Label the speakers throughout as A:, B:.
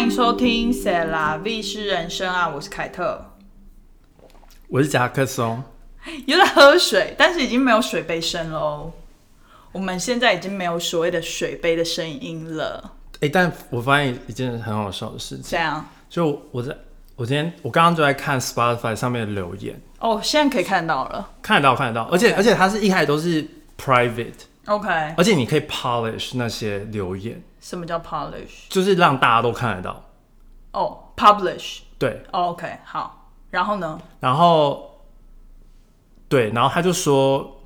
A: 迎收听《塞拉 V 是人生》啊，我是凯特。
B: 我是夹克松，
A: 有在喝水，但是已经没有水杯声喽。我们现在已经没有所谓的水杯的声音了。
B: 哎、但我发现一件很好笑的事情，
A: 这样
B: 就我在我今天我刚刚就在看 Spotify 上面的留言，
A: 哦，现在可以看到了。
B: 看得到看得到，而且而且它是一开始都是 private，
A: OK，
B: 而且你可以 polish 那些留言，
A: 什么叫 polish？
B: 就是让大家都看得到，
A: 哦、p u b l i s h
B: 对，
A: o k 好。然后呢？
B: 然后对，然后他就说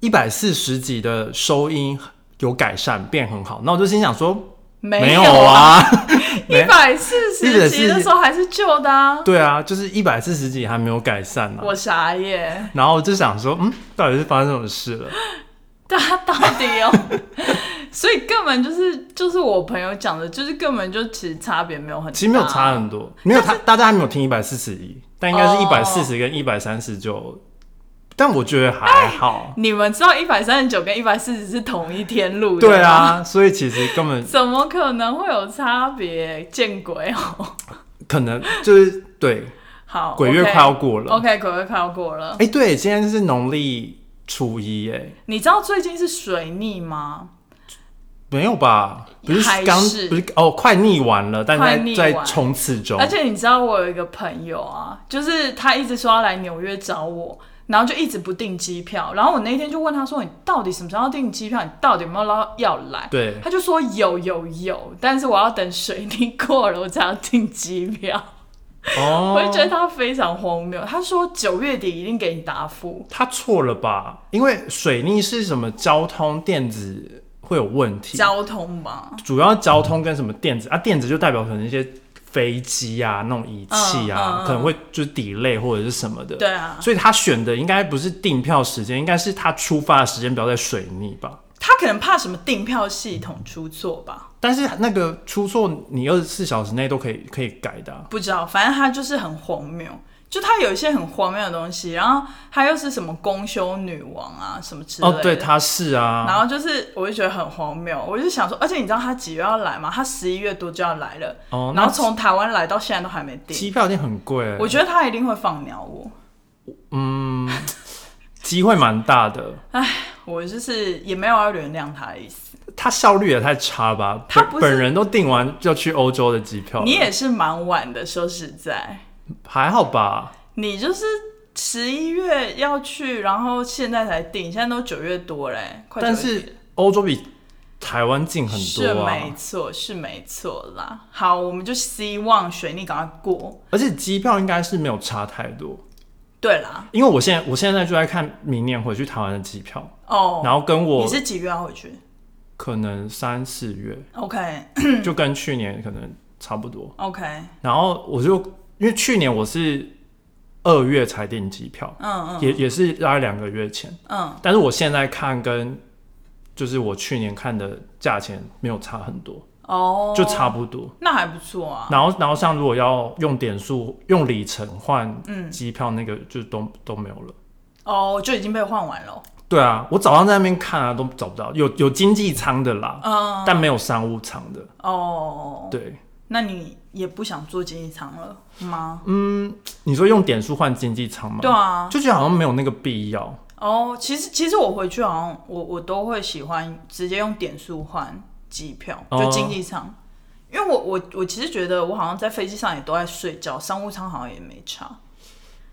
B: 一百四十集的收音有改善，变很好，那我就心想说没有
A: 有啊，
B: 啊，
A: 一
B: 没
A: 百四十集的时候还是旧的啊。
B: 对啊，就是一百四十集还没有改善啊呢、
A: 我傻眼。
B: 然后我就想说，嗯，到底是发生什么事了？
A: 他到底哦， 所以根本就是就是我朋友讲的，就是根本就其实差别没有很大，
B: 其实没有差很多，没有他，大家还没有听一百四十一，但应该
A: 哦
B: 是一百四十跟一百三十九，但我觉得
A: 哎
B: 还好。
A: 你们知道一百三十九跟一百四十是同一天录的，
B: 对，啊，所以其实根本
A: 怎么可能会有差别？见鬼哦！
B: 可能就是对
A: 好，
B: 鬼月
A: OK
B: 快要过了。
A: ，OK，鬼月快要过了。
B: 哎、对，今天是农历初一，哎，
A: 你知道最近是水逆吗？
B: 没有吧？不是
A: 还
B: 刚
A: 是
B: 不是哦，快逆完了，但
A: 快逆
B: 在在
A: 完
B: 冲刺中
A: 而。且你知道我有一个朋友啊，就是他一直说要来纽约找我，然后就一直不订机票。然后我那天就问他说：“你到底什么时候要订机票？你到底有没有要要来？”
B: 对，
A: 他就说有有有，但是我要等水逆过了，我才要订机票。
B: 哦，
A: 我就觉得他非常荒谬。他说九月底一定给你答复。
B: 他错了吧？因为水逆是什么交通电子会有问题，
A: 交通吧，
B: 主要交通跟什么电子啊，电子就代表可能一些飞机啊、那种仪器啊，
A: 嗯嗯嗯
B: 可能会就是 delay 或者是什么的。
A: 对啊
B: 所以他选的应该不是订票时间，应该是他出发的时间表在水逆吧。
A: 他可能怕什么订票系统出错吧，
B: 但是那个出错，你二十四小时内都可以可以改的啊、
A: 不知道。反正他就是很荒谬，就他有一些很荒谬的东西，然后他又是什么公休女王啊什么之类的。
B: 哦，对，他是啊，
A: 然后就是，我就觉得很荒谬，我就想说，而且你知道他几月要来吗？他十一月多就要来了，
B: 哦那
A: 然后从台湾来到现在都还没订，
B: 机票一定很贵、
A: 我觉得他一定会放鸟我。
B: 机会蛮大的。
A: 我就是也没有要原谅他的意思。
B: 他效率也太差吧？
A: 他
B: 本
A: 不是
B: 本人都订完就去欧洲的机票了，
A: 你也是蛮晚的，说实在，
B: 还好吧？
A: 你就是十一月要去，然后现在才定，现在都九月多嘞，快9月
B: 但
A: 底
B: 是欧洲比台湾近很
A: 是
B: 多
A: 没
B: 啊，
A: 错，是没错啦。好，我们就希望水逆赶快过。
B: 而且机票应该是没有差太多，
A: 对啦，
B: 因为我现在我现在就在看明年回去台湾的机票，
A: 哦，
B: 然后跟
A: 你
B: 我
A: 是几月要回去
B: 可能三四月
A: ？OK
B: 就跟去年可能差不多，
A: OK，
B: 然后我就因为去年我是二月才订机票，
A: 嗯嗯
B: 也也是大概两个月前，
A: 嗯，
B: 但是我现在看跟就是我去年看的价钱没有差很多，
A: 哦，
B: 就差不多。
A: 那还不错啊。
B: 然后，然后像如果要用点数、用里程换
A: 嗯
B: 机票，那个就都、都没有了。
A: 哦，就已经被换完了。
B: 对啊，我早上在那边看啊，都找不到，有有经济舱的啦，
A: 嗯，
B: 但没有商务舱的。
A: 哦，
B: 对，
A: 那你也不想做经济舱了吗？
B: 你说用点数换经济舱吗？
A: 对啊，
B: 就觉得好像没有那个必要。
A: 哦，其实其实我回去好像我我都会喜欢直接用点数换机票，
B: 哦
A: 就经济舱，因为我我我其实觉得我好像在飞机上也都在睡觉，商务舱好像也没差，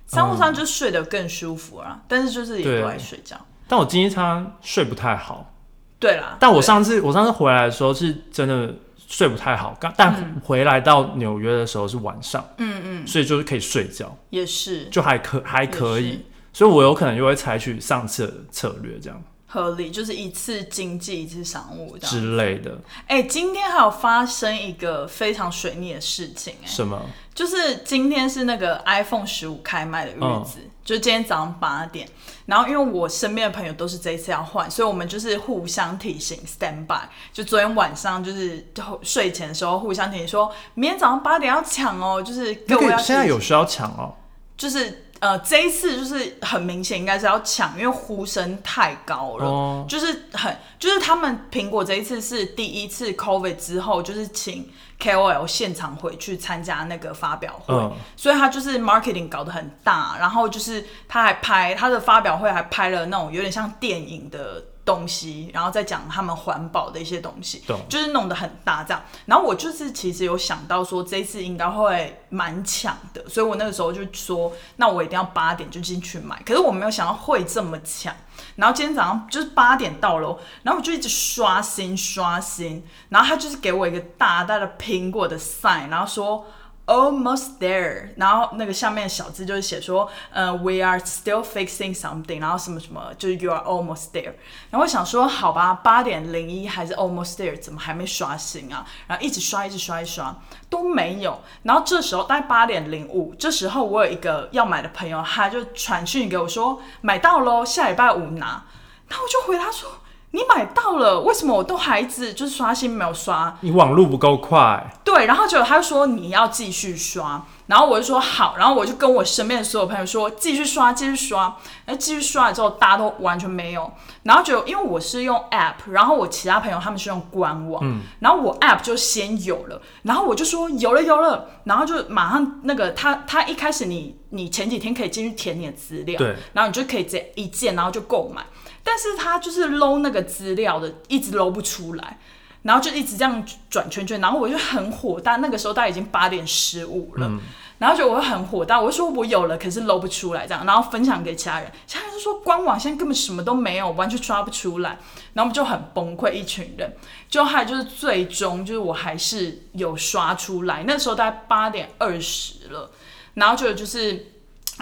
A: 商务
B: 嗯
A: 舱就睡得更舒服啦，但是就是也
B: 对
A: 都在睡觉。
B: 但我经济舱睡不太好，
A: 对啦，
B: 但我上次我上次回来的时候是真的睡不太好，刚但回来到纽约的时候是晚上，
A: 嗯嗯，
B: 所以就是可以睡觉，
A: 也是
B: 就还可还可
A: 也
B: 以
A: 是，
B: 所以我有可能就会采取上次的策略这样。
A: 合理，就是一次经济一次商务这样。
B: 之类的，
A: 哎、今天还有发生一个非常水逆的事情、哎。
B: 什么？
A: 就是今天是那个 iPhone 十五开卖的日子，
B: 嗯
A: 就是今天早上八点。然后因为我身边的朋友都是这一次要换，所以我们就是互相提醒 stand by。就昨天晚上就是睡前的时候互相提醒说，明天早上八点要抢哦，就是
B: 那
A: 各
B: 个
A: 位要
B: 现在
A: 提醒
B: 有需要抢哦，
A: 就是呃，这一次就是很明显，应该是要抢，因为呼声太高了，
B: 哦
A: 就是很，就是他们苹果这一次是第一次 COVID 之后，就是请 KOL 现场回去参加那个发表会，
B: 嗯
A: 所以他就是 marketing 搞得很大，然后就是他还拍他的发表会，还拍了那种有点像电影的东西，然后再讲他们环保的一些东西
B: 懂，
A: 就是弄得很大这样。然后我就是其实有想到说这一次应该会蛮抢的，所以我那个时候就说，那我一定要八点就进去买。可是我没有想到会这么抢。然后今天早上就是八点到了，然后我就一直刷新刷新，然后他就是给我一个大大的苹果的 sign，然后说 almost there，然后那个下面的小字就是写说，呃，we are still fixing something，然后什么什么，就是 you are almost there。然后我想说，好吧，八点零一还是 almost there，怎么还没刷新啊？然后一直刷，一直刷，一直刷都没有。然后这时候大概八点零五，这时候我有一个要买的朋友，他就传讯给我说买到喽，下礼拜五拿。那我就回他说。你买到了，为什么我都还一直就是刷新没有刷？
B: 你网路不够快，
A: 对，然后结果他就说你要继续刷，然后我就说好，然后我就跟我身边的所有朋友说继续刷，继续刷，然后继续刷了之后大家都完全没有，然后就因为我是用 app，然后我其他朋友他们是用官网，然后我 app 就先有了，然后我就说有了有了，然后就马上那个他他一开始你你前几天可以进去填你的资料，
B: 对
A: 然后你就可以直接一键然后就购买，但是他就是搂那个资料的，一直搂不出来。然后就一直这样转圈圈，然后我就很火大。那个时候大概已经八点十五了，然后就我很火大，我就说我有了，可是搂不出来这样，然后分享给其他人，其他人就说官网现在根本什么都没有，完全刷不出来，然后我们就很崩溃，一群人。就还就是最终就是我还是有刷出来，那时候大概八点二十了，然后就就是。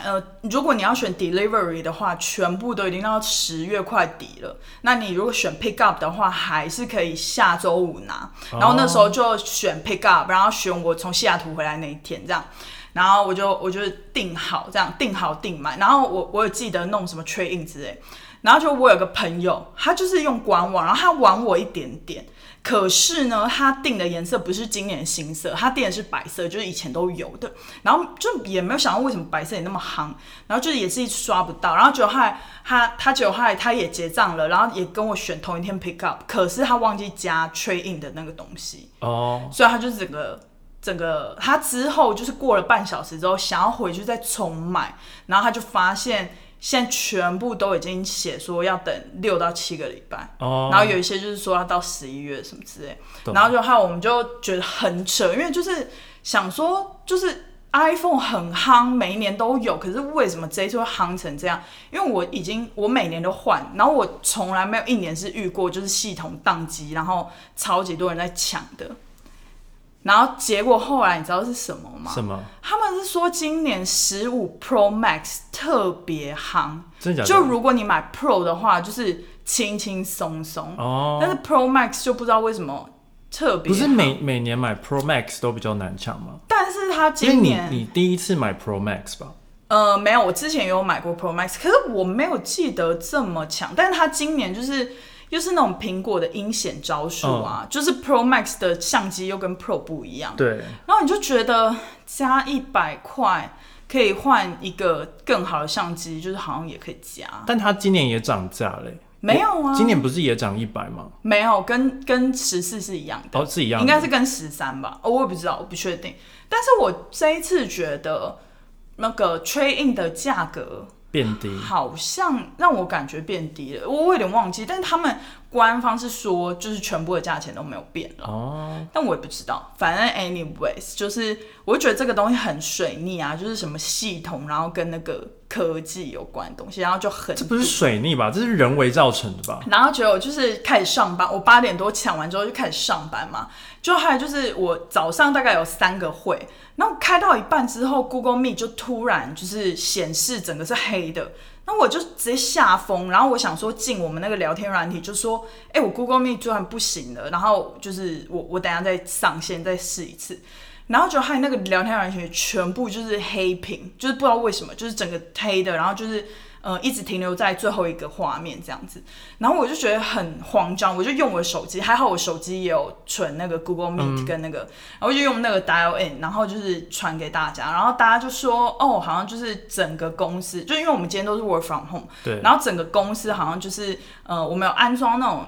A: 呃，如果你要选 delivery 的话，全部都已经到十月快底了。那你如果选 pick up 的话，还是可以下周五拿。然后那时候就选 pick up，然后选我从西雅图回来那一天这样。然后我就我就订好这样订好订满，然后我我有记得弄什么 trade in 之类。然后就我有个朋友，他就是用官网，然后他玩我一点点。可是呢，他订的颜色不是今年新色，他订的是白色，就是以前都有的。然后就也没有想到为什么白色也那么夯，然后就是也是一直刷不到，然后结果后来他他结果后来他也结账了，然后也跟我选同一天 pick up，可是他忘记加 trade in 的那个东西，
B: 哦，
A: 所以他就整个整个他之后就是过了半小时之后，想要回去再重买，然后他就发现现在全部都已经写说要等六到七个礼拜，
B: 哦
A: 然后有一些就是说要到十一月什么之类，
B: 懂
A: 然后就还有我们就觉得很扯，因为就是想说就是 iPhone 很夯，每一年都有，可是为什么这一次会夯成这样？因为我已经我每年都换，然后我从来没有一年是遇过就是系统宕机，然后超级多人在抢的。然后结果后来你知道是什么吗？
B: 什么？
A: 他们是说今年十五 Pro Max 特别夯，
B: 真的假
A: 就
B: 的？
A: 如果你买 Pro 的话，就是轻轻松松，但
B: 哦，
A: 是 Pro Max 就不知道为什么特别
B: 不是
A: 夯，
B: 每每年买 Pro Max 都比较难抢吗？
A: 但是它
B: 因为
A: 今
B: 你
A: 年
B: 你第一次买 Pro Max 吧？
A: 呃，没有，我之前也有买过 Pro Max，可是我没有记得这么强。但是它今年就是又是那种苹果的阴险招数啊，
B: 嗯
A: 就是 Pro Max 的相机又跟 Pro 不一样，
B: 对，
A: 然后你就觉得加一百块可以换一个更好的相机，就是好像也可以加，
B: 但它今年也涨价嘞。
A: 没有啊，
B: 今年不是也涨一百吗？
A: 没有跟跟十四是一样的。
B: 哦，是一样的，
A: 应该是跟十三吧、哦，我也不知道，我不确定。但是我这一次觉得那个 trade in 的价格
B: 变低。
A: 好像让我感觉变低了，我我有点忘记，但是他们官方是说就是全部的价钱都没有变了，
B: 哦，
A: 但我也不知道，反正 anyways 就是我就觉得这个东西很水逆啊，就是什么系统，然后跟那个科技有关的东西，然后就很
B: 这不是水逆吧？这是人为造成的吧？
A: 然后结果就是开始上班，我八点多抢完之后就开始上班嘛。就还有就是我早上大概有三个会，然后开到一半之后，Google Meet 就突然就是显示整个是黑的，那我就直接吓疯。然后我想说进我们那个聊天软体，就说，哎、我 Google Meet 突然不行了，然后就是我我等一下再上线再试一次。然后就还有那个聊天软体全部就是黑屏，就是不知道为什么，就是整个黑的，然后就是呃一直停留在最后一个画面这样子，然后我就觉得很慌张，我就用我的手机，还好我手机也有存那个 Google Meet 跟那个，然后就用那个 dial in，然后就是传给大家，然后大家就说哦，好像就是整个公司，就因为我们今天都是 work from home，
B: 对
A: 然后整个公司好像就是呃，我们有安装那种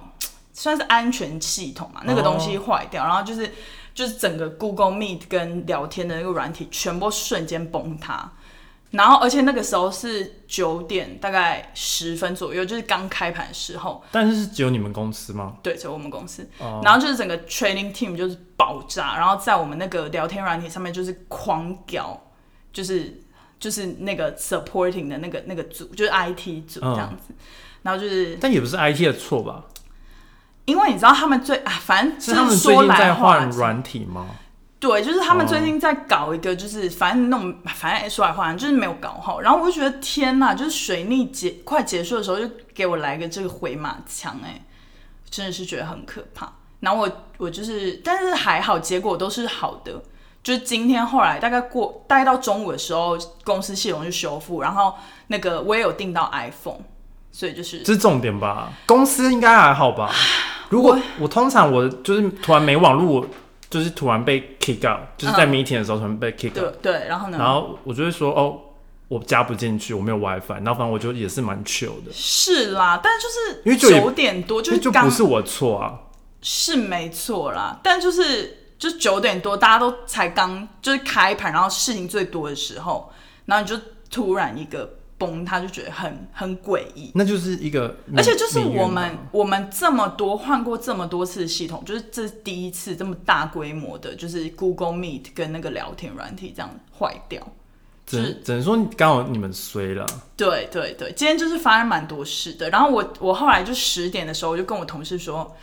A: 算是安全系统嘛，那个东西坏掉，然后就是就是整个 Google Meet 跟聊天的那个软体全部瞬间崩塌。然后，而且那个时候是九点，大概十分左右，就是刚开盘的时候，
B: 但是是只有你们公司吗？
A: 对，就我们公司。
B: 哦
A: 然后就是整个 training team 就是爆炸，然后在我们那个聊天软体上面就是狂屌，就是就是那个 supporting 的那个那个组，就是 IT 组这样
B: 嗯
A: 子。然后就是
B: 但也不是 IT 的错吧？
A: 因为你知道他们最啊，反正
B: 是
A: 就
B: 他们最
A: 说
B: 近
A: 来
B: 在
A: 话
B: 换
A: 长
B: 软体吗？
A: 对，就是他们最近在搞一个，就是反正那种，反正说来话长，就是没有搞好。然后我就觉得天呐，就是水逆结快结束的时候，就给我来个这个回马枪、哎，真的是觉得很可怕。然后我我就是，但是还好，结果都是好的。就是今天后来大概过大概到中午的时候，公司系统就修复，然后那个我也有订到 iPhone，所以就是
B: 这是重点吧？公司应该还好吧？如果我通常我就是突然没网络，我就是突然被 kick out，就是在 meeting 的时候突然被 kick out，、
A: 嗯对嗯对，然后呢？
B: 然后我就会说哦，我加不进去，我没有 WiFi，然后反正我就也是蛮 chill 的，
A: 是啦，但就是
B: 因为就也
A: 九点多，就
B: 因为
A: 是
B: 就
A: 刚
B: 不是我错啊。
A: 是没错啦，但就是就九点多，大家都才刚就是开盘，然后事情最多的时候，然后你就突然一个崩塌，就觉得很很诡异。
B: 那就是一个命，
A: 而且就是
B: 命运
A: 我
B: 嘛
A: 们我们这么多换过这么多次系统，就是这是第一次这么大规模的，就是 Google Meet 跟那个聊天软体这样坏掉。
B: 只
A: 是
B: 能只能说刚好你们衰了，
A: 对对对，今天就是发生蛮多事的。然后我我后来就十点的时候，我就跟我同事说，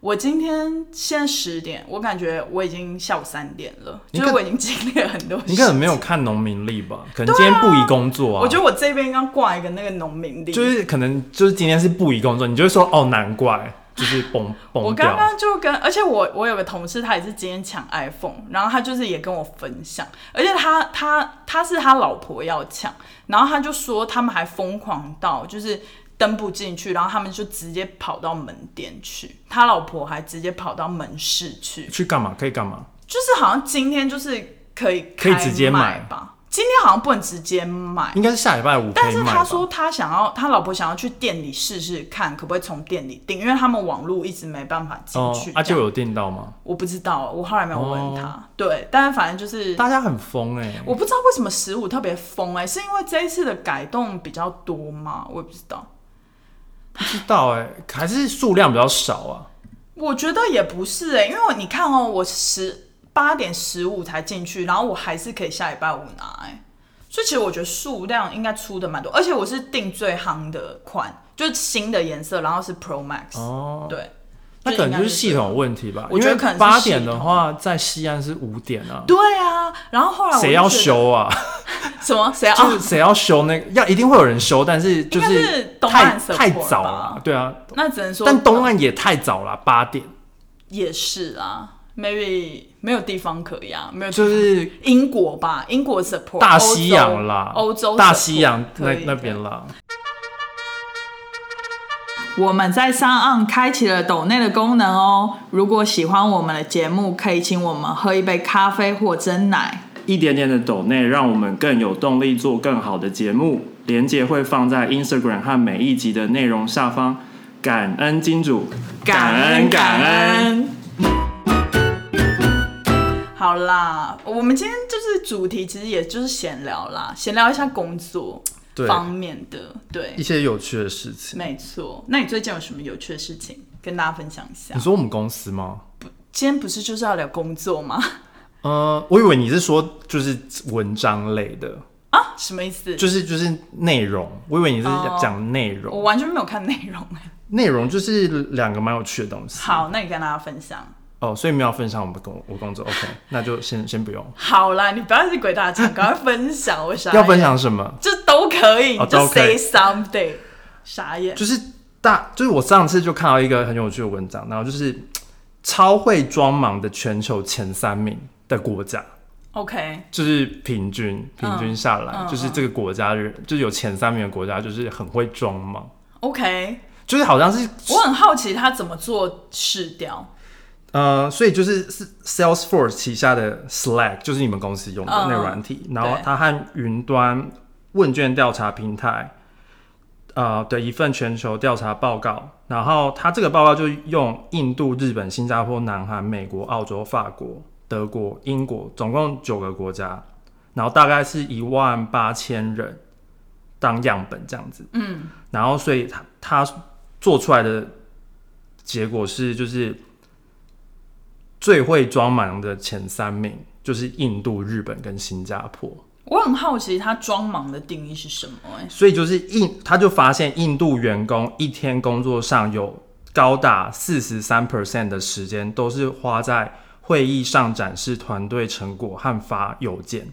A: 我今天现在十点，我感觉我已经下午三点了，
B: 你
A: 就是
B: 可
A: 我已经经历了很多事。
B: 你可能没有看农民历吧？可能今天不宜工作啊。
A: 啊我觉得我这边应该挂一个那个农民历。
B: 就是可能就是今天是不宜工作，你就会说哦，难怪就是崩
A: 我
B: 崩
A: 刚
B: 掉。
A: 刚就跟，而且我我有个同事，他也是今天抢 iPhone，然后他就是也跟我分享，而且他他他是他老婆要抢，然后他就说他们还疯狂到就是登不进去，然后他们就直接跑到门店去，他老婆还直接跑到门市去，
B: 去干嘛？可以干嘛？
A: 就是好像今天就是可以
B: 可以直接
A: 开
B: 买
A: 吧，今天好像不能直接买，
B: 应该是下礼拜五可
A: 但
B: 以
A: 是
B: 买
A: 他
B: 吧？
A: 说他想要，他老婆想要去店里试试看，可不可以从店里订，因为他们网络一直没办法进
B: 哦
A: 去。，
B: 啊，就
A: 这样
B: 有订到吗？
A: 我不知道，我后来没有问
B: 哦
A: 他。对，但是反正就是，
B: 大家很疯哎、
A: 我不知道为什么十五特别疯哎、是因为这一次的改动比较多吗？我也不知道。
B: 不知道哎、还是数量比较少啊。
A: 我觉得也不是哎、因为你看哦，我十八点十五才进去，然后我还是可以下礼拜五拿哎、所以其实我觉得数量应该出的蛮多，而且我是订最夯的款，就是新的颜色，然后是 Pro Max，、
B: 哦，
A: 对。
B: 那可能就
A: 应
B: 是
A: 该
B: 系统有问题吧。
A: 我觉得
B: 因为
A: 可能是
B: 八
A: 系
B: 点的
A: 统
B: 话，在西安是五点啊。
A: 对啊，然后后来我
B: 谁
A: 就
B: 要
A: 觉得
B: 修啊？
A: 什么？谁要？
B: 就是谁要修那个，要一定会有人修，但是就
A: 应该是东
B: 太
A: 岸 support
B: 太早
A: 吧
B: 了，对啊。
A: 那只能说，
B: 但东岸也太早了，八点
A: 也是啊，maybe 没有地方可以啊，没有地方
B: 就是
A: 英国吧，英国 support
B: 大西洋啦，
A: 欧洲欧洲
B: 大西洋
A: support，
B: 那
A: 可以
B: 那边啦。
A: 我们在上岸开启了抖内的功能哦。如果喜欢我们的节目，可以请我们喝一杯咖啡或蒸奶。
C: 一点点的抖内，让我们更有动力做更好的节目。连接会放在 Instagram 和每一集的内容下方。感恩金主，
A: 感恩。好啦，我们今天就是主题，其实也就是闲聊啦，闲聊一下工作
B: 对
A: 方面的，对
B: 一，些有趣的事情。
A: 没错。那你最近有什么有趣的事情跟大家分享一下
B: 你？说我们公司吗？
A: 今天不是就是要聊工作吗？
B: 呃，我以为你是说就是文章类的，
A: 啊，什么意思？
B: 就是就是内容。我以为你是
A: 哦
B: 讲内
A: 我
B: 容，
A: 完全没有看内容 哎、
B: 内、容就是两个蛮有趣的东西。
A: 好，那你跟大家分享。
B: 哦，所以没有分享我们工我工作。OK，那就先先不用。
A: 好啦，你不要一直鬼打墙，赶快分享，我傻眼
B: 要分，享什么？
A: 就都可以，
B: 哦
A: 你就
B: 都可
A: say
B: 以
A: something，傻眼。
B: 就是大，就是我上次就看到一个很有趣的文章，然后就是超会装忙的全球前三名的国家。
A: OK，
B: 就是平均平均下来，
A: 嗯嗯
B: 就是这个国家人，就是有前三名的国家，就是很会装嘛，
A: OK，
B: 就是好像是
A: 我很好奇他怎么做试调。
B: 呃，所以就是是 Salesforce 旗下的 Slack，就是你们公司用的那个
A: 嗯
B: 软体，然后
A: 对
B: 它和云端问卷调查平台，呃的一份全球调查报告，然后它这个报告就用印度、日本、新加坡、南韩、美国、澳洲、法国、德国、英国，总共九个国家，然后大概是一万八千人当样本这样子，
A: 嗯，
B: 然后所以他他做出来的结果是，就是最会装忙的前三名就是印度、日本跟新加坡。
A: 我很好奇他装忙的定义是什么、欸？
B: 所以就是印，他就发现印度员工一天工作上有高达四十三 percent 的时间都是花在会议上展示团队成果和发邮件，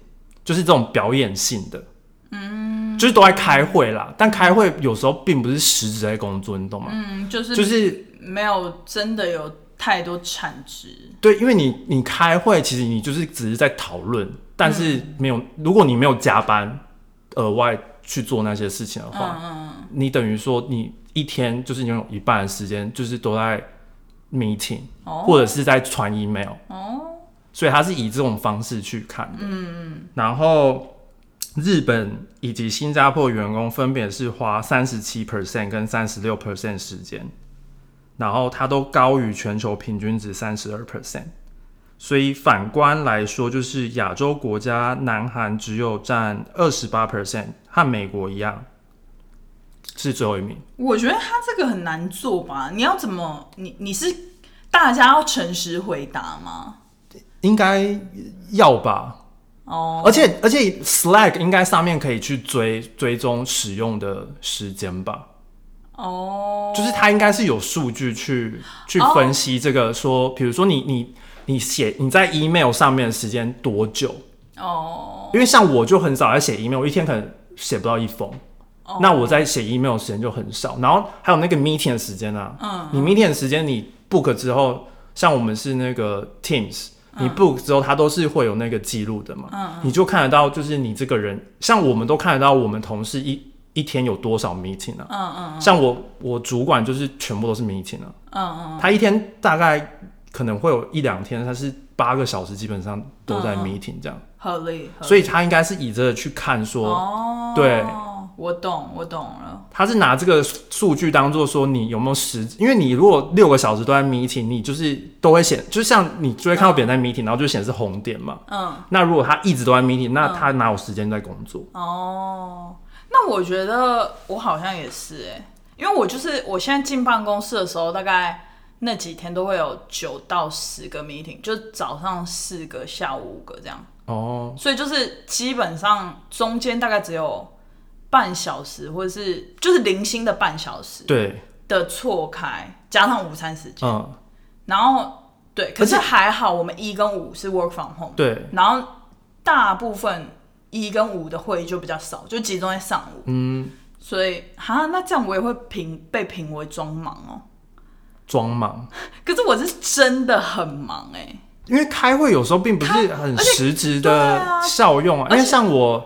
B: 就是这种表演性的，嗯，就是都在开会啦。但开会有时候并不是实质在工作，你懂吗？
A: 嗯，就是
B: 就是
A: 没有真的有太多产值。
B: 对，因为你你开会，其实你就是只是在讨论，但是
A: 嗯
B: 没有，如果你没有加班额外去做那些事情的
A: 嗯
B: 话，
A: 嗯，嗯
B: 你等于说你一天就是拥有一半的时间就是都在 meeting、
A: 哦
B: 或者是在传 email，
A: 哦，
B: 所以他是以这种方式去看的。嗯嗯。然后日本以及新加坡员工分别是花三十七 percent 跟三十六 percent 时间，然后它都高于全球平均值三十二 percent。所以反观来说，就是亚洲国家，南韩只有占二十八 percent，和美国一样，是最后一名。
A: 我觉得他这个很难做吧？你要怎么？你你是大家要诚实回答吗？
B: 应该要吧？
A: 哦，
B: 而且而且 Slack 应该上面可以去追追踪使用的时间吧，
A: 哦，
B: 就是它应该是有数据去去分析这个说，比如说你你你写你在 email 上面的时间多久，
A: 哦，
B: 因为像我就很少在写 email，我一天可能写不到一封。
A: 哦
B: 那我在写 email 的时间就很少，然后还有那个 meeting 的时间啊，
A: 嗯
B: 你 meeting 的时间你 book 之后，像我们是那个 Teams，你
A: 嗯
B: book 之后它都是会有那个记录的嘛，你就看得到，就是你这个人，像我们都看得到我们同事一一天有多少 meeting 啊，
A: 嗯嗯
B: 像我我主管就是全部都是 meeting 啊，
A: 嗯嗯，
B: 他一天大概可能会有一两天，他是八个小时基本上都在
A: 嗯嗯
B: meeting 这样，
A: 合理，合理
B: 所以他应该是以这个去看说。
A: 嗯哦，
B: 对，
A: 我懂，我懂了。
B: 他是拿这个数据当做说你有没有实，因为你如果六个小时都在 meeting，你就是都会显，就像你就会看到别人在 meeting，然后就显示红点嘛。
A: 嗯，
B: 那如果他一直都在 meeting，那他哪有时间在工作？
A: 哦，那我觉得我好像也是哎、因为我就是我现在进办公室的时候，大概那几天都会有九到十个 meeting，就早上四个，下午五个这样，
B: 哦，
A: 所以就是基本上中间大概只有半小时，或者是就是零星的半小时
B: 对，
A: 的错开，加上午餐时间，
B: 嗯，
A: 然后对，可是
B: 而且
A: 还好我们一跟五是 work from home，
B: 对，
A: 然后大部分一跟五的会议就比较少，就集中在上午。
B: 嗯，
A: 所以哈，那这样我也会评被评为装忙哦。
B: 装忙，
A: 可是我是真的很忙哎、
B: 因为开会有时候并不是很
A: 而且
B: 实质
A: 对
B: 的
A: 啊
B: 效用啊，
A: 而
B: 因为
A: 且
B: 像我，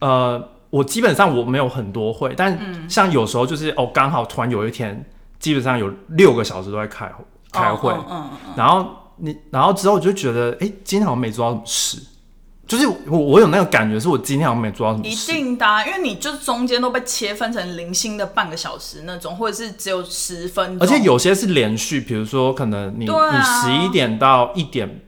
B: 呃，我基本上我没有很多会，
A: 嗯
B: 但像有时候就是哦，刚好突然有一天，基本上有六个小时都在开会开会，
A: 嗯嗯嗯
B: 然后你，然后之后我就觉得，哎、今天好像没做到什么事，就是我我有那个感觉，是我今天好像没做到什么
A: 一
B: 事。
A: 定的啊、因为你就是中间都被切分成零星的半个小时那种，或者是只有十分钟，
B: 而且有些是连续，比如说可能你、
A: 对啊
B: 你十一点到一点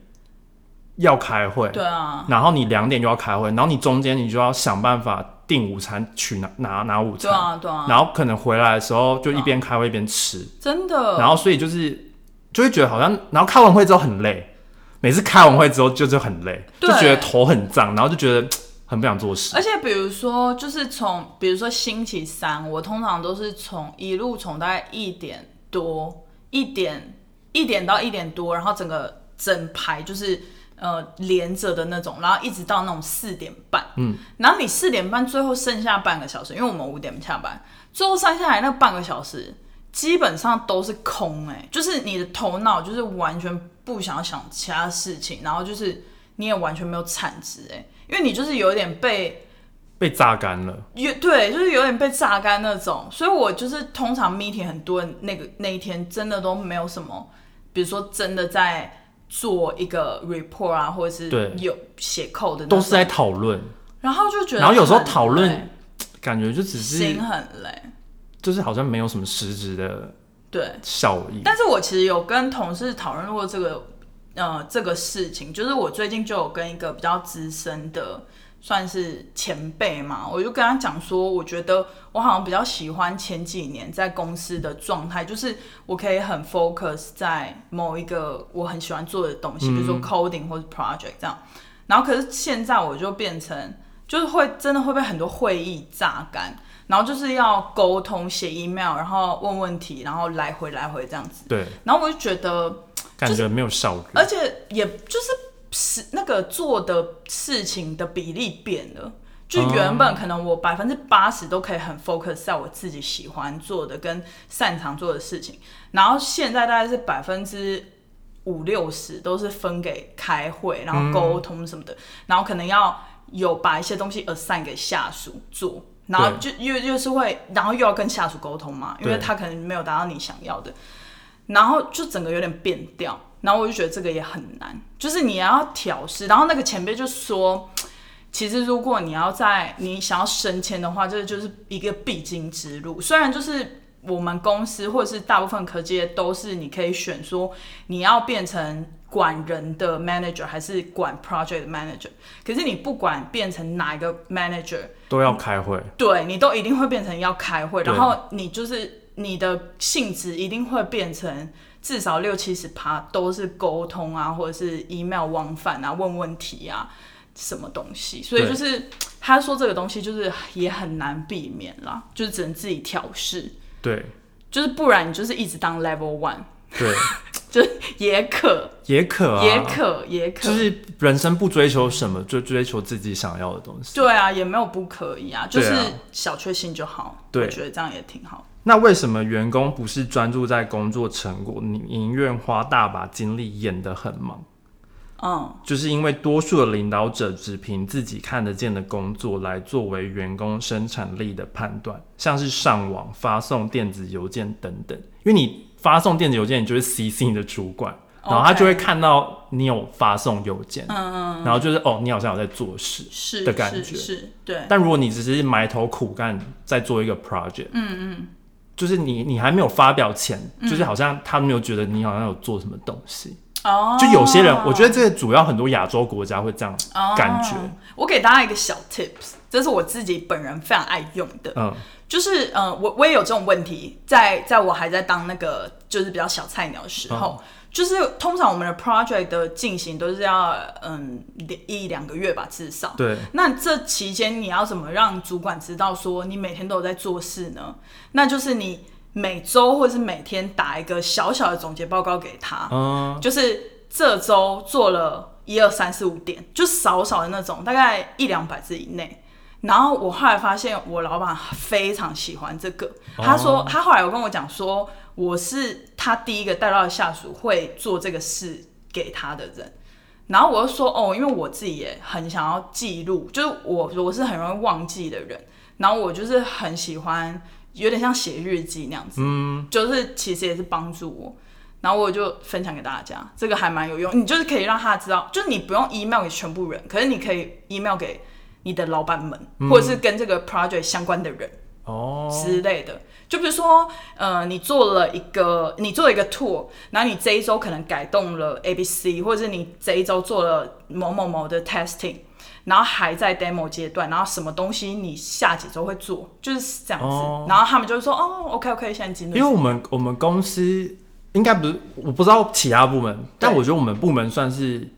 B: 要开会，
A: 对啊，
B: 然后你两点就要开会，然后你中间你就要想办法订午餐，取拿拿拿午
A: 对
B: 餐，
A: 啊对啊，
B: 然后可能回来的时候就一边开会一边吃，
A: 真的。
B: 然后所以就是就会觉得好像，然后开完会之后很累，每次开完会之后就是很累，就
A: 对
B: 觉得头很胀，然后就觉得嘖很不想做事。
A: 而且比如说，就是从比如说星期三，我通常都是从一路从大概一点多一点一点到一点多，然后整个整排就是呃连着的那种，然后一直到那种四点半，嗯，然后你四点半最后剩下半个小时，因为我们五点下班，最后剩下来那半个小时基本上都是空、欸，哎，就是你的头脑就是完全不想要想其他事情，然后就是你也完全没有产值哎、因为你就是有点被
B: 被榨干了。
A: 有对，就是有点被榨干那种。所以我就是通常 meeting 很多人那个那一天真的都没有什么，比如说真的在做一个 report 啊，或者
B: 对
A: 是有写扣的那种，
B: 都是在讨论，
A: 然后就觉得，
B: 然后有时候讨论感觉就只是
A: 心很累，
B: 就是好像没有什么实质的
A: 对。
B: 效益。
A: 但是我其实有跟同事讨论过这个，呃，这个事情，就是我最近就有跟一个比较资深的，算是前辈嘛，我就跟他讲说，我觉得我好像比较喜欢前几年在公司的状态，就是我可以很 focus 在某一个我很喜欢做的东西，比如说 coding 或者 project 这样。然后可是现在我就变成，就是会真的会被很多会议榨干。然后就是要沟通、写 email，然后问问题，然后来回来回这样子。
B: 对，
A: 然后我就觉得，
B: 感觉没有效率。
A: 而且也就是是那个做的事情的比例变了。就原本可能我百分之八十都可以很 focus 在我自己喜欢做的跟擅长做的事情，然后现在大概是百分之五六十都是分给开会，然后沟通什么的，然后可能要有把一些东西 assign 给下属做，然后就又又是会，然后又要跟下属沟通嘛，因为
B: 对
A: 他可能没有达到你想要的，然后就整个有点变调，然后我就觉得这个也很难，就是你要调试。然后那个前辈就说，其实如果你要在你想要升迁的话，这就是一个必经之路。虽然就是我们公司或者是大部分科技业都是你可以选说你要变成管人的 manager 还是管 project manager，可是你不管变成哪一个 manager，
B: 都要开会，
A: 对你都一定会变成要开会，
B: 对
A: 然后你就是你的性质一定会变成至少六七十趴都是沟通啊，或者是 email 往返啊，问问题啊，什么东西。所以
B: 对
A: 就是他说这个东西就是也很难避免啦，就是只能自己调试，
B: 对
A: 就是不然你就是一直当 level one，
B: 对，
A: 就是也可、
B: 也可啊，
A: 也可也可，
B: 就是人生不追求什么，就追求自己想要的东西。
A: 对啊，也没有不可以啊，就是
B: 对啊
A: 小确幸就好。
B: 对
A: 我觉得这样也挺好。
B: 那为什么员工不是专注在工作成果，你宁愿花大把精力演得很忙？
A: 嗯。
B: 就是因为多数的领导者只凭自己看得见的工作来作为员工生产力的判断，像是上网、发送电子邮件等等。因为你发送电子邮件，你就是 CC 你的主管，然后他
A: OK
B: 就会看到你有发送邮件，嗯嗯，然后就是哦，你好像有在做事。
A: 是
B: 的感觉
A: 是是，对，
B: 但如果你只是埋头苦干在做一个 project，嗯嗯，就是你你还没有发表前，就是好像他没有觉得你好像有做什么东西。
A: 哦，
B: 就有些人，我觉得这个主要很多亚洲国家会这样感觉，
A: 哦我给大家一个小 tips，这是我自己本人非常爱用的，
B: 嗯，
A: 就是呃，我我也有这种问题，在在我还在当那个就是比较小菜鸟的时
B: 嗯
A: 候，就是通常我们的 project 的进行都是要嗯一两个月吧，至少。
B: 对，
A: 那这期间你要怎么让主管知道说你每天都有在做事呢？那就是你每周或是每天打一个小小的总结报告给他，
B: 嗯，
A: 就是这周做了一二三四五点，就少少的那种，大概一两百字以内。然后我后来发现，我老板非常喜欢这个。他说，他后来有跟我讲说，我是他第一个带到的下属会做这个事给他的人。然后我就说，哦，因为我自己也很想要记录，就是我我是很容易忘记的人。然后我就是很喜欢，有点像写日记那样子。嗯，就是其实也是帮助我。然后我就分享给大家，这个还蛮有用。你就是可以让他知道，就是你不用 email 给全部人，可是你可以 email 给你的老板们，或者是跟这个 project 相关的人
B: 哦，
A: 之类的。就比如说，呃，你做了一个，你做了一个 tour，然后你这一周可能改动了 A、B、C，或者是你这一周做了某某某的 testing，然后还在 demo 阶段，然后什么东西你下几周会做，就是这样子。
B: 哦
A: 然后他们就会说，哦，OK OK，现在进入
B: 因为我们我们公司应该不是，我不知道其他部门，但我觉得我们部门算是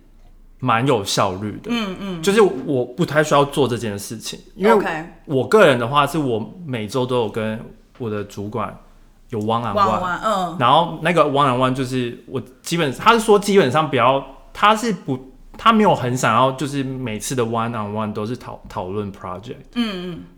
B: 蛮有效率的，嗯嗯，就是我不太需要做这件事情，因为
A: OK
B: 我个人的话，是我每周都有跟我的主管有 one on
A: 玩
B: one，
A: 玩，嗯，
B: 然后那个 one on one 就是我基本，他是说基本上不要，他是不，他没有很想要，就是每次的 one on one 都是讨讨论 project，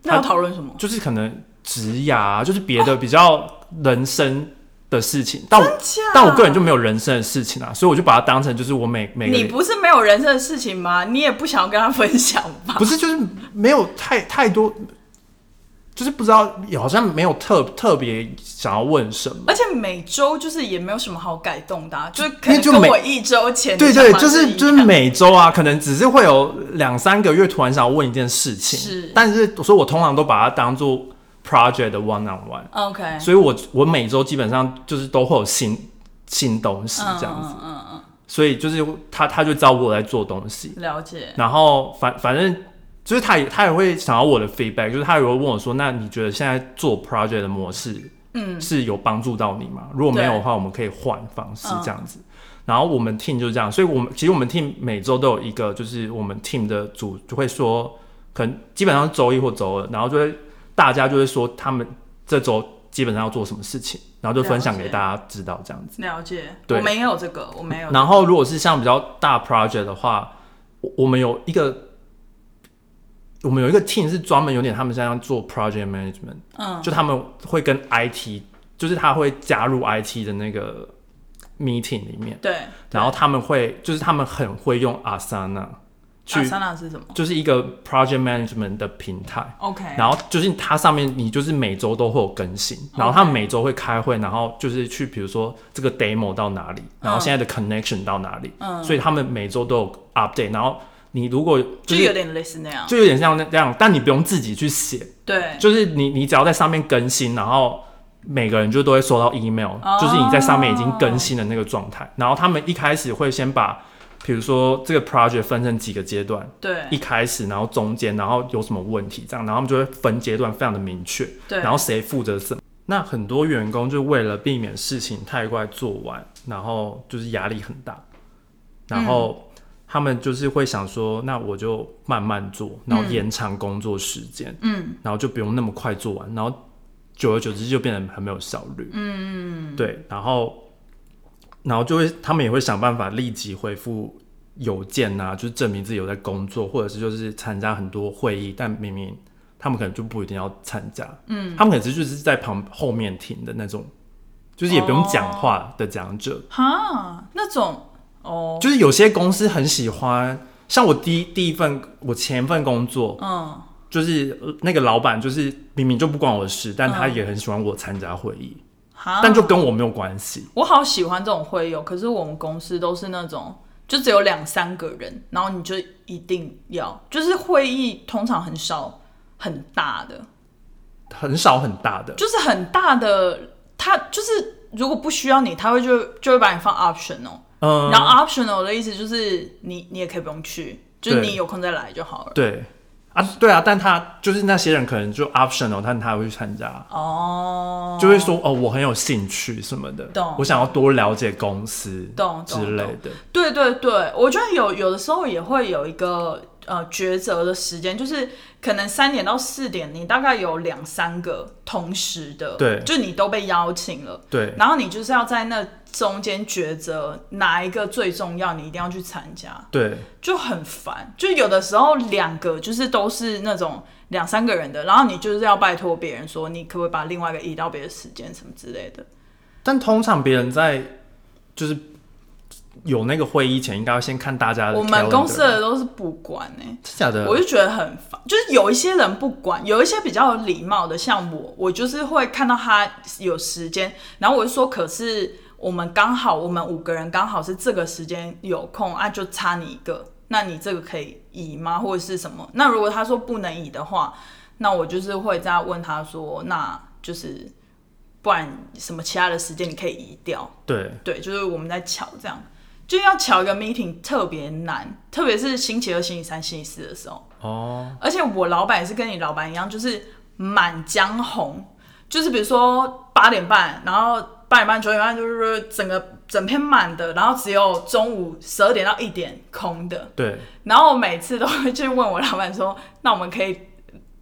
A: 那要讨论什么？
B: 就是可能职涯啊、就是别的比较人生的事情，但我
A: 真假
B: 但我个人就没有人生的事情啊，所以我就把它当成就是我每每个
A: 你
B: 人
A: 不是没有人生的事情吗？你也不想要跟他分享吧？
B: 不是就是没有太太多，就是不知道好像没有特特别想要问什么。
A: 而且每周就是也没有什么好改动的、啊，就是可
B: 因为
A: 能
B: 就
A: 跟
B: 每
A: 我一周前的
B: 对
A: 想
B: 对，
A: 法
B: 就是
A: 一
B: 就是
A: 样
B: 每周啊，可能只是会有两三个月突然想要问一件事情，
A: 是
B: 但是所以我通常都把它当做 project 的 one on one，、
A: OK，
B: 所以我我每周基本上就是都会有新新东西这样子，
A: 嗯嗯嗯
B: 所以就是他他就知道我在做东西，
A: 嗯，了解。
B: 然后反反正就是他也他也会想要我的 feedback，就是他也会问我说，那你觉得现在做 project 的模式，
A: 嗯，
B: 是有帮助到你吗？如果没有的话，我们可以换方式这样子。然后我们 team 就是这样，所以我们其实我们 team 每周都有一个，就是我们 team 的组就会说，可能基本上是周一或周二，然后就会大家就会说他们这周基本上要做什么事情，然后就分享
A: 了
B: 给
A: 解
B: 大家知道这样子。
A: 了解，
B: 对
A: 我没有这个，我没有。
B: 然后如果是像比较大 project 的话，我我们有一个，我们有一个 team 是专门有点他们像做 project management，
A: 嗯，
B: 就他们会跟 IT，就是他会加入 IT 的那个 meeting 里面，
A: 对。
B: 然后他们会就是他们很会用 Asana 去，
A: 阿桑娜是什么
B: 就是一个 project management 的平台。
A: ？OK，
B: 然后就是它上面你就是每周都会有更新，然后他们每周会开会，然后就是去比如说这个 demo 到哪里，然后现在的 connection 到哪里，
A: 嗯
B: 所以他们每周都有 update。然后你如果就
A: 就有
B: 是
A: 点类似那样。
B: 就有点像那样，但你不用自己去写，
A: 对，
B: 就是你你只要在上面更新，然后每个人就都会收到 email，、
A: 哦
B: 就是你在上面已经更新的那个状态。然后他们一开始会先把，比如说这个 project 分成几个阶段，一
A: 对，
B: 开始，然后中间，然后有什么问题这样，然后他们就会分阶段非常的明确，
A: 对
B: 然后谁负责什么。那很多员工就为了避免事情太快做完，然后就是压力很大，然后他们就是会想说，那我就慢慢做，然后延长工作时间，
A: 嗯，
B: 然后就不用那么快做完，然后久而久之就变得很没有效率，嗯嗯，对，然后然后就会他们也会想办法立即回复邮件啊，就是证明自己有在工作，或者是就是参加很多会议，但明明他们可能就不一定要参加，嗯，他们可能就是在旁后面听的那种，就是也不用讲话的讲者，
A: 哦哈，那种哦，
B: 就是有些公司很喜欢，像我第一第一份我前一份工作，
A: 嗯，
B: 就是呃那个老板就是明明就不关我的事，但他
A: 嗯
B: 也很喜欢我参加会议，
A: 哈，
B: 但就跟我没有关系。
A: 我好喜欢这种会友，可是我们公司都是那种就只有两三个人，然后你就一定要，就是会议通常很少很大的，
B: 很少很大的，
A: 就是很大的，他就是如果不需要你，他会就就会把你放 optional，、
B: 嗯，
A: 然后 optional 的意思就是你你也可以不用去，就是
B: 对
A: 你有空再来就好了。
B: 对啊，对啊，但他就是那些人可能就 optional，但他会去参加，
A: 哦，
B: 就会说哦，我很有兴趣什么的
A: 懂，
B: 我想要多了解公司
A: 懂懂
B: 之类的，
A: 对对对，我觉得有有的时候也会有一个呃抉择的时间，就是可能三点到四点，你大概有两三个同时的，
B: 对
A: 就你都被邀请了，
B: 对
A: 然后你就是要在那中间抉择哪一个最重要，你一定要去参加，
B: 对
A: 就很烦。就有的时候两个就是都是那种两三个人的，然后你就是要拜托别人说，你可不可以把另外一个移到别的时间什么之类的。
B: 但通常别人在就是有那个会议前，应该要先看大家的 calendar。
A: 我们公司的都是不管欸呢、
B: 是假的
A: 我，就觉得很烦，就是有一些人不管，有一些比较有礼貌的，像我，我就是会看到他有时间，然后我就说，可是我们刚好，我们五个人刚好是这个时间有空啊，就差你一个，那你这个可以移吗，或者是什么？那如果他说不能移的话，那我就是会再问他说，那就是不然什么其他的时间你可以移掉，
B: 对
A: 对，就是我们在瞧这样。就要瞧一个 meeting 特别难，特别是星期二、星期三、星期四的时候，
B: 哦，
A: 而且我老板也是跟你老板一样，就是满江红，就是比如说八点半，然后八点半九点半就是整个整篇满的，然后只有中午十二点到一点空的，
B: 对
A: 然后我每次都会去问我老板说，那我们可以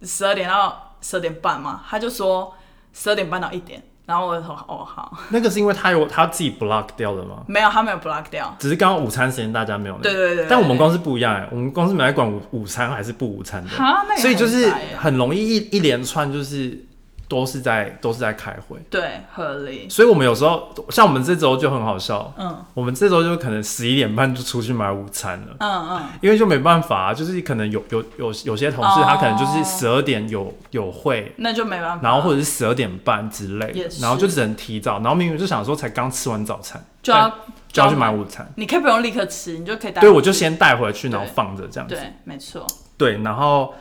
A: 十二点到十二点半吗？他就说十二点半到一点，然后我就说哦好，
B: 那个是因为他有他自己 block 掉的吗？
A: 没有他没有 block 掉，
B: 只是刚刚午餐时间大家没有那个，
A: 对对对对
B: 但我们公司不一样哎、我们公司没来管午午餐还是不午餐的，
A: 哈那也
B: 所以就是
A: 很窄欸
B: 很容易一一连串就是都是在都是在开会，
A: 对，合理。
B: 所以我们有时候像我们这周就很好笑，
A: 嗯
B: 我们这周就可能十一点半就出去买午餐了，
A: 嗯嗯，
B: 因为就没办法、啊，就是可能有有有有些同事他可能就是
A: 哦
B: 十二点有有会，
A: 那就没办法。
B: 然后或者是十二点半之类
A: 也
B: 的，
A: 是
B: 然后就只能提早，然后明明就想说才刚吃完早餐，
A: 就要
B: 但就要去买午餐，
A: 你可以不用立刻吃，你就可以带。
B: 对我就。先带回去，
A: 对
B: 然后放着这样子，
A: 对，没错。
B: 对，然后。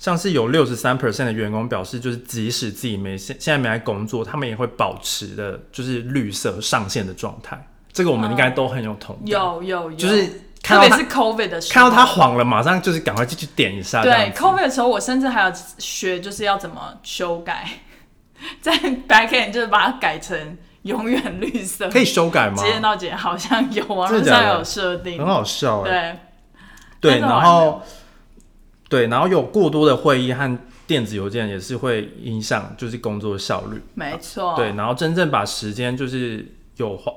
B: 像是有六十三 percent 的员工表示，就是即使自己没现现在没来工作，他们也会保持的，就是绿色上限的状态。这个我们应该都很有同感，
A: 哦有有有，
B: 就是看
A: 特别
B: 到他
A: 是 COVID 的时候，
B: 看到他黄了，马上就是赶快就去点一下。这样
A: 对
B: 子
A: COVID 的时候，我甚至还有学就是要怎么修改，在 backend 就是把它改成永远绿色。
B: 可以修改吗
A: 直？接到姐好像有网
B: 真
A: 络
B: 的假的
A: 上有设定
B: 很，好笑哎、
A: 对
B: 对，
A: 真的好
B: 然
A: 玩
B: 后对，然后有过多的会议和电子邮件也是会影响就是工作效率。
A: 没错，
B: 对，然后真正把时间就是有花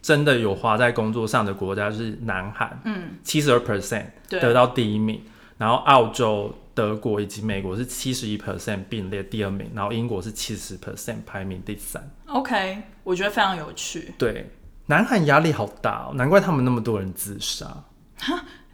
B: 真的有花在工作上的国家就是南韩，
A: 嗯，
B: 七十二 percent
A: 对
B: 得到第一名，然后澳洲、德国以及美国是七十一 percent 并列第二名，然后英国是七十 percent 排名第三。
A: ，OK，我觉得非常有趣。
B: 对，南韩压力好大哦，难怪他们那么多人自杀。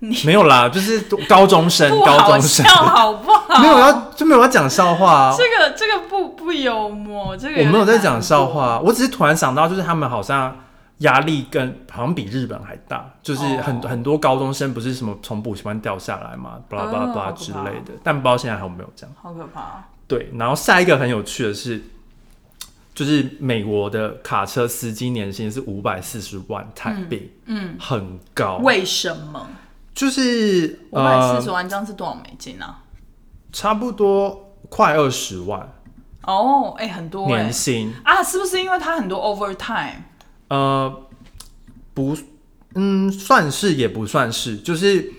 A: 你
B: 没有啦，就是高中生，
A: 不
B: 高
A: 好
B: 中生
A: 笑，好不 好？
B: 没有要就没有要讲笑话啊。
A: 这个这个不不幽默，这个
B: 我没有
A: 点
B: 在讲
A: 难
B: 笑
A: 过，
B: 话，啊我只是突然想到，就是他们好像压力跟好像比日本还大，就是很、
A: 哦
B: 很多高中生不是什么从补习班掉下来嘛，巴拉巴拉巴拉
A: 哦
B: 之
A: 好可怕
B: 类的，但不知道现在还有没有这样。
A: 好可怕。
B: 对，然后下一个很有趣的是，就是美国的卡车司机年薪是五百四十万台币，
A: 嗯，
B: 很高，
A: 为什么？
B: 就是
A: 五百
B: 呃
A: 四十万这样是多少美金啊？
B: 差不多快二十万
A: 哦，哎，很多哎
B: 年薪，
A: 啊，是不是因为他很多 overtime？
B: 呃，不，嗯，算是也不算是，就是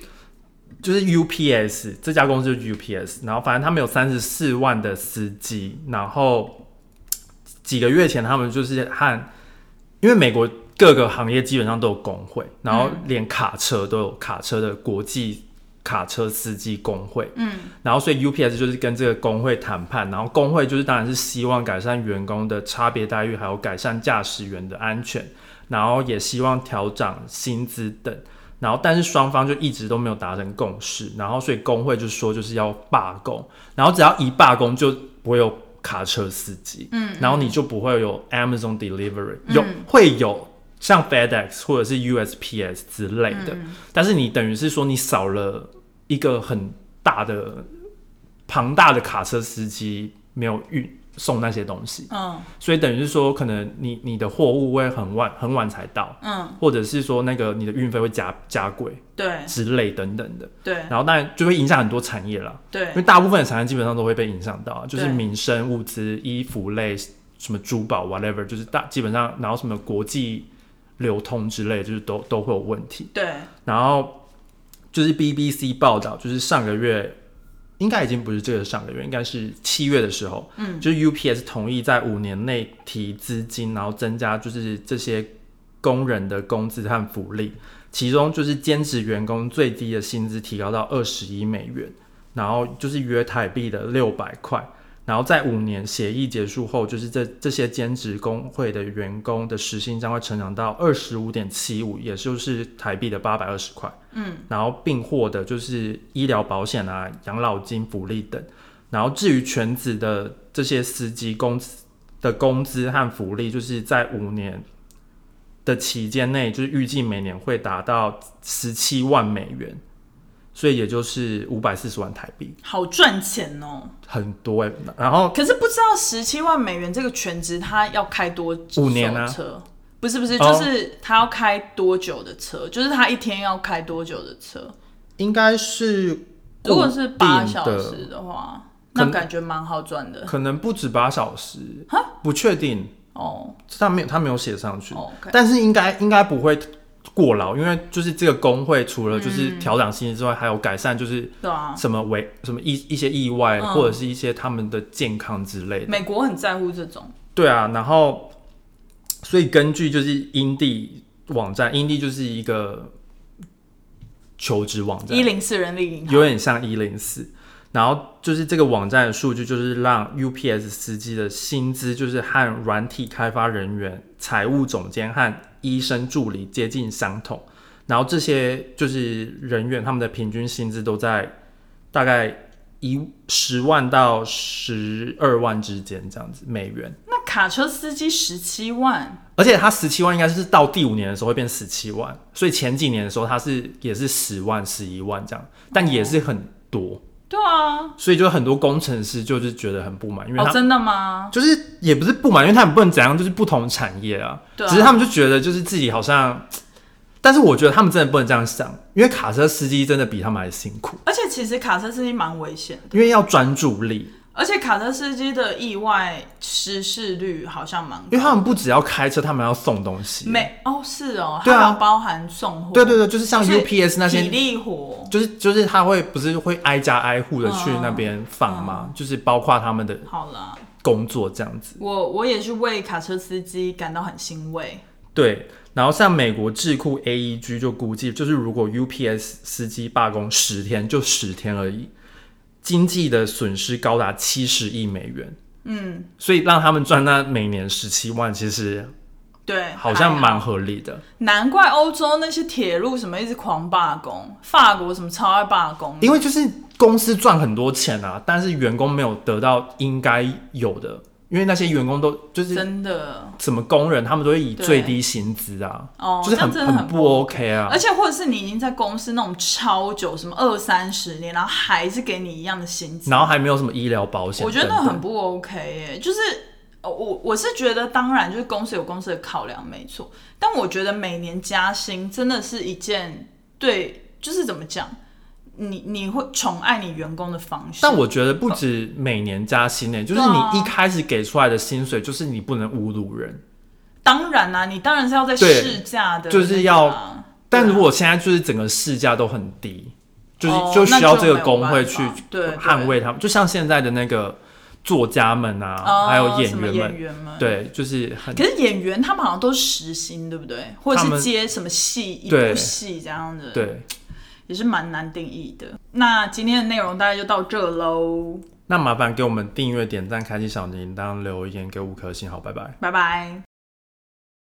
B: 就是 UPS 这家公司就是 UPS，然后反正他们有三十四万的司机，然后几个月前他们就是和因为美国各个行业基本上都有工会，然后连卡车都有卡车的国际卡车司机工会，
A: 嗯，
B: 然后所以 UPS 就是跟这个工会谈判，然后工会就是当然是希望改善员工的差别待遇，还有改善驾驶员的安全，然后也希望调涨薪资等。然后，但是双方就一直都没有达成共识，然后所以工会就说就是要罢工，然后只要一罢工就不会有卡车司机，
A: 嗯，
B: 然后你就不会有 Amazon Delivery，、有会有像 FedEx 或者是 USPS 之类的，但是你等于是说你少了一个很大的庞大的卡车司机没有运送那些东西，
A: 嗯
B: 所以等于是说可能你你的货物会很晚很晚才到，
A: 嗯，
B: 或者是说那个你的运费会加加贵
A: 对
B: 之类等等的，
A: 对
B: 然后当然就会影响很多产业啦，因为
A: 对
B: 大部分的产业基本上都会被影响到啊，就是
A: 对
B: 民生物资、衣服类、什么珠宝 whatever，就是大基本上然后什么国际流通之类，就是都都会有问题。
A: 对，
B: 然后就是 BBC 报道，就是上个月，应该已经不是这个上个月，应该是七月的时候，
A: 嗯
B: 就是 UPS 同意在五年内提资金，然后增加就是这些工人的工资和福利，其中就是兼职员工最低的薪资提高到二十一美元，然后就是约台币的六百块。然后在五年协议结束后，就是这这些兼职工会的员工的时薪将会成长到二十五点七五，也就是台币的八百二十块。
A: 嗯
B: 然后并获得就是医疗保险啊、养老金、福利等。然后至于全职的这些司机工资的工资和福利，就是在五年的期间内，就是预计每年会达到十七万美元，所以也就是五百四十万台币，
A: 好赚钱哦。
B: 很多哎、然后
A: 可是不知道十七万美元这个全职他要开多久
B: 五年啊
A: 车？不是不是，
B: 哦
A: 就是他要开多久的车？就是他一天要开多久的车？
B: 应该是
A: 如果是八
B: 固定
A: 小
B: 的
A: 时的话，
B: 可
A: 那
B: 能
A: 感觉蛮好赚的
B: 可能不止八小时，不确定，
A: 哦。
B: 他没有他没有写上去。
A: OK，
B: 但是应该应该不会过劳，因为就是这个工会除了就是调整薪资之外，还有改善就是
A: 对啊，
B: 什么为什么意一些意外、
A: 嗯
B: 或者是一些他们的健康之类的。
A: 美国很在乎这种。
B: 对啊，然后所以根据就是英地网站，英地就是一个求职网站
A: 一，零四人力银行
B: 有点像一零四。然后就是这个网站的数据，就是让 UPS 司机的薪资，就是和软体开发人员、财务总监和医生助理接近相同。然后这些就是人员他们的平均薪资都在大概一十万到十二万之间这样子美元。
A: 那卡车司机十七万，
B: 而且他十七万应该是到第五年的时候会变十七万，所以前几年的时候他是也是十万、十一万这样，但也是很多。
A: 对啊，
B: 所以就很多工程师就是觉得很不满，因为
A: 哦，
B: 他
A: 真的吗？
B: 就是也不是不满，因为他们不能怎样，就是不同产业啊，
A: 对啊
B: 只是他们就觉得就是自己好像，但是我觉得他们真的不能这样想，因为卡车司机真的比他们还辛苦，
A: 而且其实卡车司机蛮危险的，
B: 因为要专注力，
A: 而且卡车司机的意外失事率好像蛮
B: 因为
A: 高。
B: 他们不只要开车，他们要送东西，
A: 没哦，是哦，
B: 对啊
A: 还有包含送货，
B: 对对对，就是像
A: 就是
B: UPS 那
A: 体
B: 些。
A: 力活，
B: 就是就是他会不是会挨家挨户的去那
A: 嗯
B: 边放吗？就是包括他们的
A: 好啦，
B: 工作这样子。
A: 我我也是为卡车司机感到很欣慰。
B: 对，然后像美国智库 AEG 就估计，就是如果 UPS 司机罢工十天，就十天而已，经济的损失高达七十亿美元。嗯，所以让他们赚那每年十七万，其实
A: 对，
B: 好像
A: 还
B: 蛮合理的。
A: 难怪欧洲那些铁路什么一直狂罢工，法国什么超爱罢工，
B: 因为就是公司赚很多钱啊，但是员工没有得到应该有的，因为那些员工都就是
A: 真的
B: 什么工人，他们都会以
A: 对
B: 最低薪资啊，
A: 哦，
B: 就是很
A: 这样真的很
B: 不 OK 啊。
A: 而且或者是你已经在公司那种超久，什么二三十年，然后还是给你一样的薪资，
B: 然后还没有什么医疗保险
A: 我
B: 等
A: 觉
B: 等，
A: 得那很不 OK 耶、就是。呃我我是觉得，当然就是公司有公司的考量，没错。但我觉得每年加薪真的是一件对，就是怎么讲，你你会宠爱你员工的方式。
B: 但我觉得不止每年加薪呢、就是
A: 对啊
B: 你一开始给出来的薪水，就是你不能侮辱人。
A: 当然啦、你当然是要在
B: 对
A: 试驾的那个啊、
B: 就是要但
A: 对啊
B: 如果现在就是整个市价都很低，就是、
A: 哦
B: 就需要这个
A: 那就没有
B: 工会去
A: 办法对对
B: 捍卫他们，就像现在的那个作家们啊，
A: 哦
B: 还有
A: 什
B: 演
A: 么
B: 员
A: 演
B: 们，
A: 员们。
B: 对，就是很
A: 可是演员他们好像都是实薪，对不对？或者
B: 他
A: 是
B: 们
A: 接什么戏一部
B: 对
A: 戏这样子，，
B: 对。
A: 也是蛮难定义的。那今天的内容大概就到这喽，
B: 那麻烦给我们订阅、点赞、开启小铃铛、留言给五颗星，好，拜拜。
A: 拜拜。